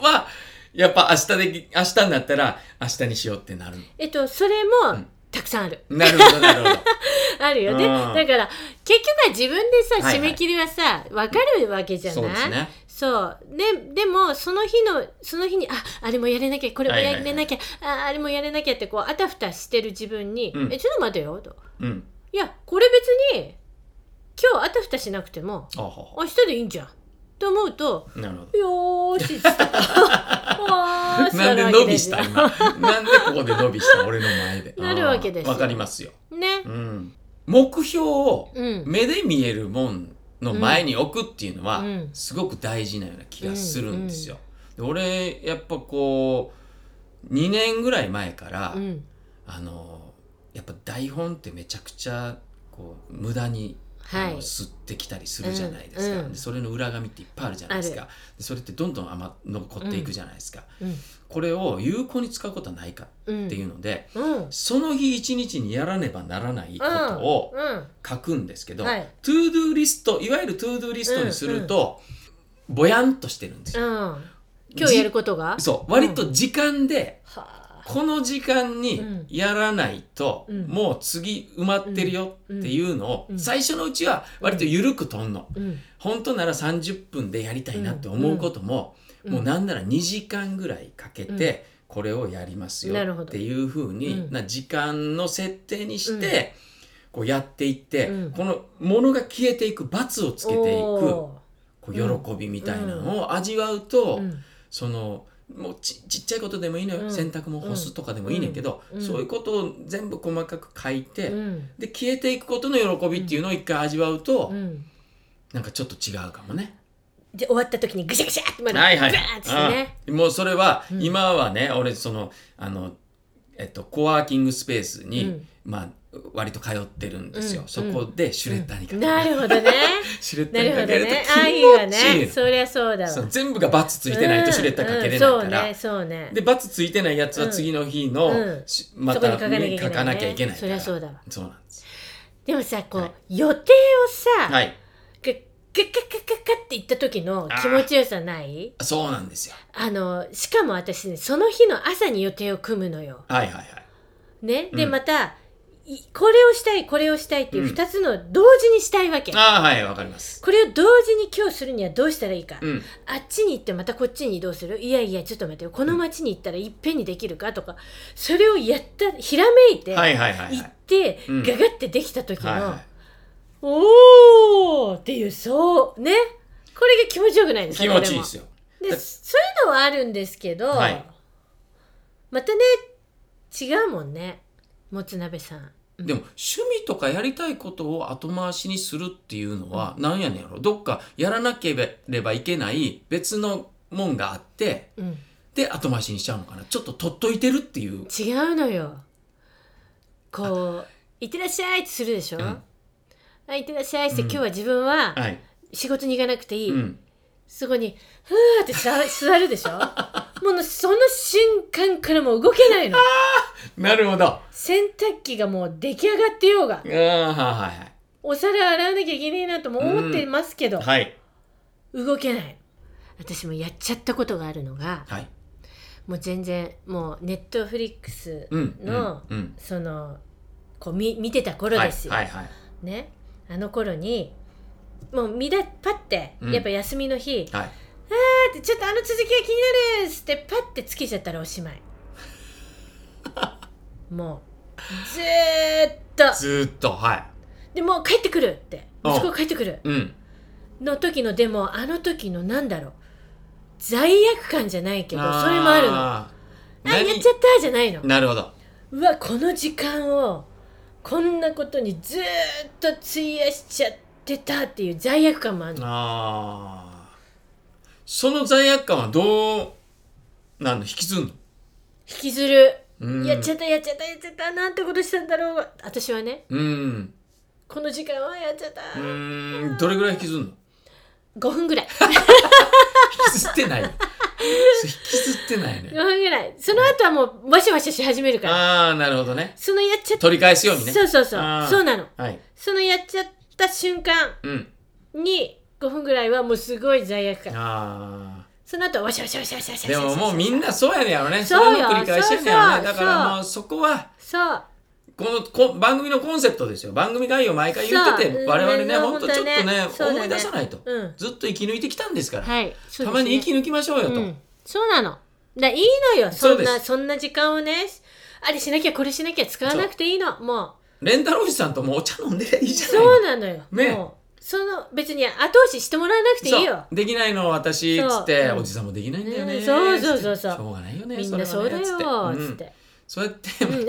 はやっぱ明日でき明日になったら明日にしようってなるえっと、それも、うんたくさんある。なるほどなるほどあるよね。うんだから、結局は自分でさ、はいはい締め切りはさ、わかるわ [laughs] けじゃないそうですねそうででもその日のその日にああれもやれなきゃこれもやれなきゃ、ああれもやれなきゃってこうあたふたしてる自分に「うんえちょっと待てよ」とうんいやこれ別に今日あたふたしなくてもあは明日でいいんじゃんと思うとなるほどよーしっ [laughs] つってわーしなんでるわけ伸びでした今。なんでここで伸びした俺の前で。 [laughs] なるわけですよあーわかりますよ。ねうん。目標をうん目で見えるもんの前に置くっていうのは、うんすごく大事なような気がするんですよ。で俺、やっぱこう、2年ぐらい前から、うんあの、やっぱ台本ってめちゃくちゃ、こう、無駄にはあいの吸ってきたりするじゃないですか、うんうんでそれの裏紙っていっぱいあるじゃないですあかでそれってどんどん余残っていくじゃないですか、うんこれを有効に使うことはないかうんっていうので、うんその日一日にやらねばならないことをうん書くんですけど、はいトゥードゥーリストいわゆるトゥードゥーリストにすると、ぼやんとしてるんですうよ。ん今日やることがじそう割と時間で、はあこの時間にうんやらないと、うんもう次埋まってるよっていうのを、うんうん最初のうちは割と緩くとんの。うん本当なら30分でやりたいなって思うことも、うんもうなんなら2時間ぐらいかけてこれをやりますなるほよどっていうふうに、うんな時間の設定にして、こうやっていって、うんこのものが消えていく罰をつけていくこおう喜びみたいなのを味わうと、ーうんそのもうちちっちゃいことでもいいのよ、うん洗濯も干すとかでもいいねんけど、うんそういうことを全部細かく書いて、うんで消えていくことの喜びっていうのを一回味わうと、うんなんかちょっと違うかもね。で終わった時にぐしゃぐしゃってまだはいはいブワーッつってねうんもうそれは、うん今はね俺そのあのえっとコワーキングスペースに、うんまあ割と通ってるんですよ、うんそこでシュレッダーにかける、なるほ [laughs] どねシュレッダなーにかるほどけるとね気ああいうわ持ちいいねのそりゃそうだわそう全部がバツついてないとシュレッダーかけれないから、うんうんそうねそうねでバツついてないやつは次の日の、うんしまそこにた書かなきゃいけないね書かなきゃいけないからそりゃそうだわそうなんですでもさこう、はい予定をさ、はいガッガッガッガッガッガッって行った時の気持ちよさないそうなんですよあのしかも私ねその日の朝に予定を組むのよ。はいはいはいね、で、うんまたいこれをしたいこれをしたいっていううん2つの同時にしたいわけ。ああはいわかりますこれを同時に今日するにはどうしたらいいか、うんあっちに行ってまたこっちに移動するいやいやちょっと待ってよこの町に行ったらいっぺんにできるかとかそれをやったひらめいて、はいはいはい行はっいて、うんガガってできた時の、はいはいおーっていうそうねこれが気持ちよくないですか気持ちいいですよよでそういうのはあるんですけど、はいまたね違うもんねもつ鍋さんでも趣味とかやりたいことを後回しにするっていうのはなんやねんやろどっかやらなければいけない別のもんがあってうんで後回しにしちゃうのかなちょっと取っといてるっていう違うのよこう「いってらっしゃい」ってするでしょう「んあいってらっしゃい」ってうん今日は自分ははい、仕事に行かなくていい、うん、 [laughs] そこに「ふー」って座座るでしょもうその瞬間からもう動けないのなるほど。あ洗濯機がもう出来上がってようがあ、はいはい。お皿洗わなきゃいけねえなとも思ってますけど、はい。動けない私もやっちゃったことがあるのがはい。もう全然もうネットフリックスうん。の、うん。うんそのこう見見てた頃ですよ、はいはいはい。ねあの頃にもうみだパッてうんやっぱ休みの日、パはい、ッてちょっとあの続きが気になるっつってパッてつけちゃったらおしま [laughs] いもうずーっとずーっと、はい。でもう帰ってくるってうん息子が帰ってくるうん。の時のでもあの時のなんだろう罪悪感じゃないけどそれもあるのああーやっ何ちゃったじゃないのなるほど。うわこの時間をこんなことにずーっと費やしちゃってたっていう罪悪感もあるのああ。その罪悪感はどう、なんの、引きずんの引きずるうん。やっちゃったやっちゃったやっちゃったなんてことしたんだろう私はねうん。この時間はやっちゃったうーん。どれぐらい引きずんの5分ぐらい引きずってないよ。それ引きずってない5ね。分ぐらいその後はもうわしゃわしゃし始めるからああ、なるほどね。そのやっちゃった取り返すようにね。そうそうそうあーそうなのはい。そのやっちゃった瞬間うん。に5分ぐらいはもうすごい罪悪感ああ。その後はわしゃわしゃわしゃわしゃわしゃでももうみんななそうやねやろね。そそうよれの繰り返しやねやろね。そうそうだからもうそこは、そうこのこ番組のコンセプトですよ。番組概要毎回言ってそうて、我々ね、うんほんとちょっと本当ねね、そうだね思い出さないと。うんずっと生き抜いてきたんですから。はいそうですねたまに息抜きましょうよと。うん、そうなのだいいのよそんそうなでそんな時間をねあれしなきゃこれしなきゃ使わなくていいのもうレンタロウジさんともうお茶飲んでりゃいいじゃないそうなのよ、ねもうその別に後押ししてもらわなくていいよそうできないの私っそうつって、うんおじさんもできないんだよねねそうそうそうそつっうてしょうがないよねみんなそそれうはだねつよってーっつっうんてそうやっ [laughs] て、うん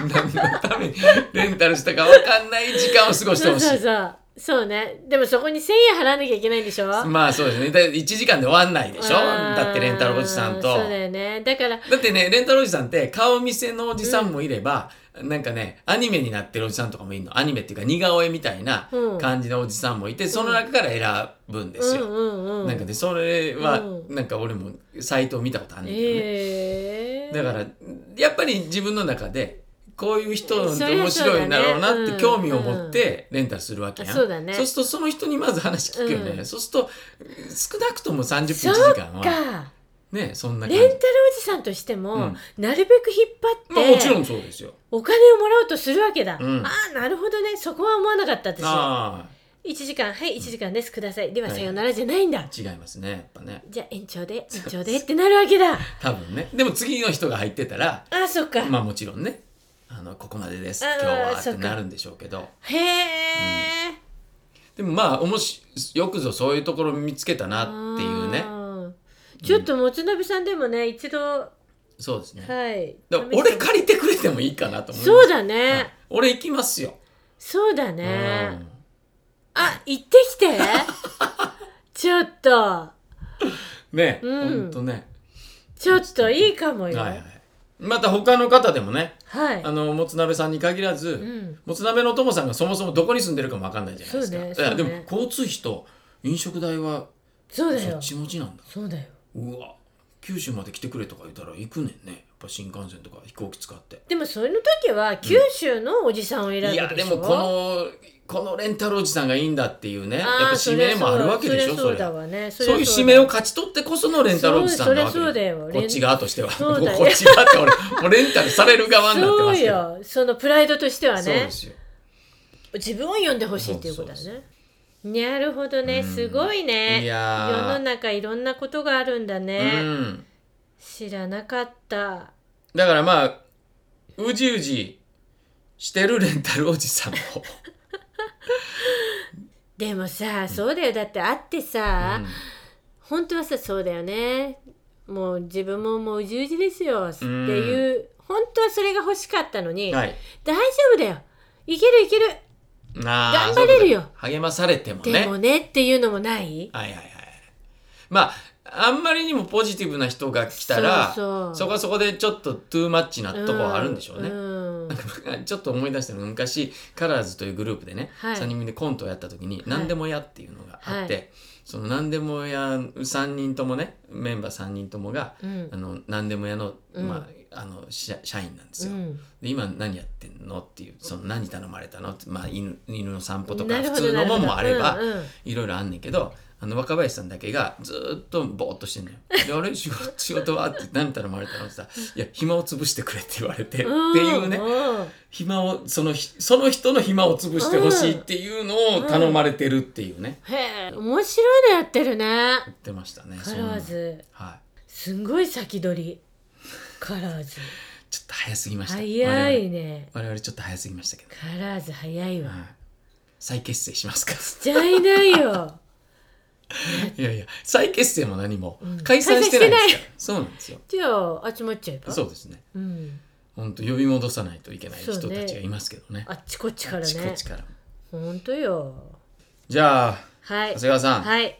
何のためにレンタルしたか分かんない時間を過ごしてそほうしいそうそうそうねでもそこに1000円払わなきゃいけないんでしょまあそうですね。だ1時間で終わんないでしょあーだってレンタルおじさんと。そうだよねだからだってね、レンタルおじさんって顔見せのおじさんもいれば、なんかね、アニメになってるおじさんとかもいるの。アニメっていうか似顔絵みたいなうん感じのおじさんもいて、その中から選ぶんですうんよ。うんうんなんかで、それは、うんなんか俺もサイトを見たことあんねんけどね。ええだから、やっぱり自分の中で、こういう人なんそてり面ゃそう白だねいんだろうなっうんて興味を持ってレンタルするわけやん。そうだねするとその人にまず話聞くよね。うんそうすると少なくとも30分1時そ間っはかね、そんな感レンタルじ。おじさんとしても、なるべく引っまあ張もっちて、ろんそうですよ。お金をもらおうとするわけだ、うんああなるほどねそこは思わなかった私はあ1時間はい1時間ですくださいでははいさようならじゃないんだ、あ、違いますね、やっぱね。じゃあ延長で延長でってなるわけだ多分ね。でも次の人が入ってたら、あそっか、まあもちろんね、あの、ここまでです、あー今日はっそってかなるんでしょうけど。へえ、でもまあ、おもし、よくぞそういうところ見つけたあなっていうね。ーちょっともつなびさんでもね一度はそうですね。いだから俺借りてくれてもいいかなと思いますそうだね、はい俺行きますよ、そうだうね、ん、あ行ってき [laughs] てちょっとねうほんんとねちょっといいかもはいよはいまた他の方でもねはいあのもつ鍋さんに限らず、うんもつ鍋のともさんがそもそもどこに住んでるかもわかんないじゃないですかそうねいやそうねでも交通費と飲食代はそうだそよっち持ちなんだそうだようわ九州まで来てくれとか言ったら行くねんねやっぱ新幹線とか飛行機使ってでもその時は九州のおじさんを選ぶいでしょ、やでもこのこのレンタルおじさんがいいんだっていうねやっあーぱ指名もあるわけでしょそりゃそうれだわねそりゃそういうだ指名を勝ち取ってこそのレンタルおじさんなわけそうそりゃそうだよこっち側としては。そうだよもうこっち側って [laughs] 俺、もうレンタルされる側になってますそうけど。よそのプライドとしてはそうねですよ。自分を呼んでほしいっていうことだそうねなるほどねうんすごいねいやー世の中いろんなことがあるんだうねん。知らなかっただからまあ、うじうじしてるレンタルおじさんも。でもさそうだよだって会ってさ、本当はさそうだよねもう自分ももう十字ですよっていう、本当はそれが欲しかったのうに、んはい。大丈夫だよいけるいけるなあ頑張れるよそういうこと励まされてもでね。もねっていうのもないはいはいはい。まああんまりにもポジティブな人が来たらそそうこはそこでちょっとトゥーマッチなとこはあるんでしょうね、んうん [laughs] ちょっと思い出したのが昔カラーズというグループでね、はい3人組でコントをやった時に「何でも屋」っていうのがあって、はその「何でも屋」3人ともねメンバー3人ともがうんあの何でも屋の,、うんまあ、あの社社員なんですよ。うんで今何やってんのっていうその何頼まれたのって、まあ、犬犬の散歩となかる普ほど通のもんもあれば、なるほどうんうんいろいろあんねんけどあの若林さんだけがずーっとぼーっとしてんのよ。であれ仕事仕事はって何頼まれたのってさ「いや暇を潰してくれ」って言われてっていうねうん暇をそのひその人の暇を潰してほしいっていうのを頼まれてるっていうね、へえ面白いのやってるね言ってましたね。カそラーんなズはいすんごい先取りカラーズちょっと早すぎました。早いね我々我々ちょっと早すぎましたけど、カラーズ早いわはい、再結成します [laughs] か。しちゃいないよいやいや再結成も何もうん解散してないですから、そうなんですよ。じゃあ集まっちゃえばそうですね。うん、本当呼び戻さないといけない人そうねたちがいますけどね。あっちこっちからあっちこねっちから。ほんとよじゃあはい長谷川さん、行はい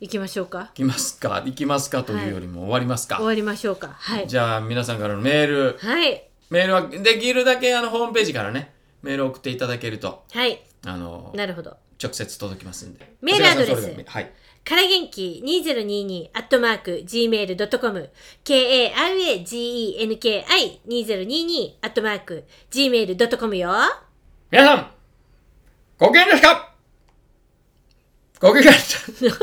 行きましょうかきますか行きますかというよりも終わりますか。終わりましょうかはいじゃあ皆さんからのメールはいメールはできるだけあのホームページからねメールを送っていただけるとはいあのなるほど直接届きますんで。メールアドレス長谷川さんそれがはい。から元気2022アットマーク gmail.com karagenki2022 アットマーク gmail.com よ皆さんご機嫌ですかご機嫌です。 [laughs] どうし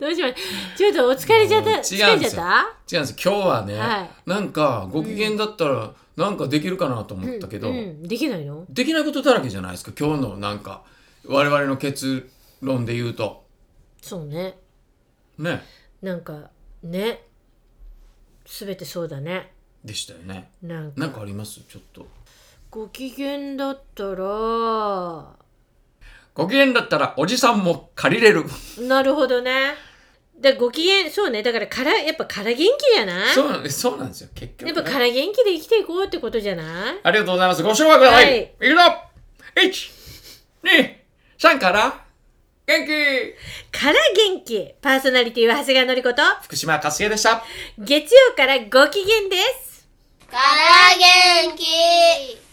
ましょうちょっとお疲れちゃったもう違うんですよ疲れちゃっ違うんですよ今日はね、はいなんかご機嫌だったらなんかできるかなとた思ったけど、うんうん、できないのできないことだらけじゃないですか今日のなんか我々の結論で言うとそうねねなんかねすべてそうだねでしたよねなんかなんかありますちょっとご機嫌だったらご機嫌だったらおじさんも借りれるなるほどねでご機嫌そうねだからからやっぱから元気じゃないそうなんそうなんですよ結局やね、っぱから元気で生きていこうってことじゃないありがとうございますご紹介ください、はいい、くぞ123から元気から元気パーソナリティは長谷川のりこと福島かすえでした月曜からご機嫌ですから元気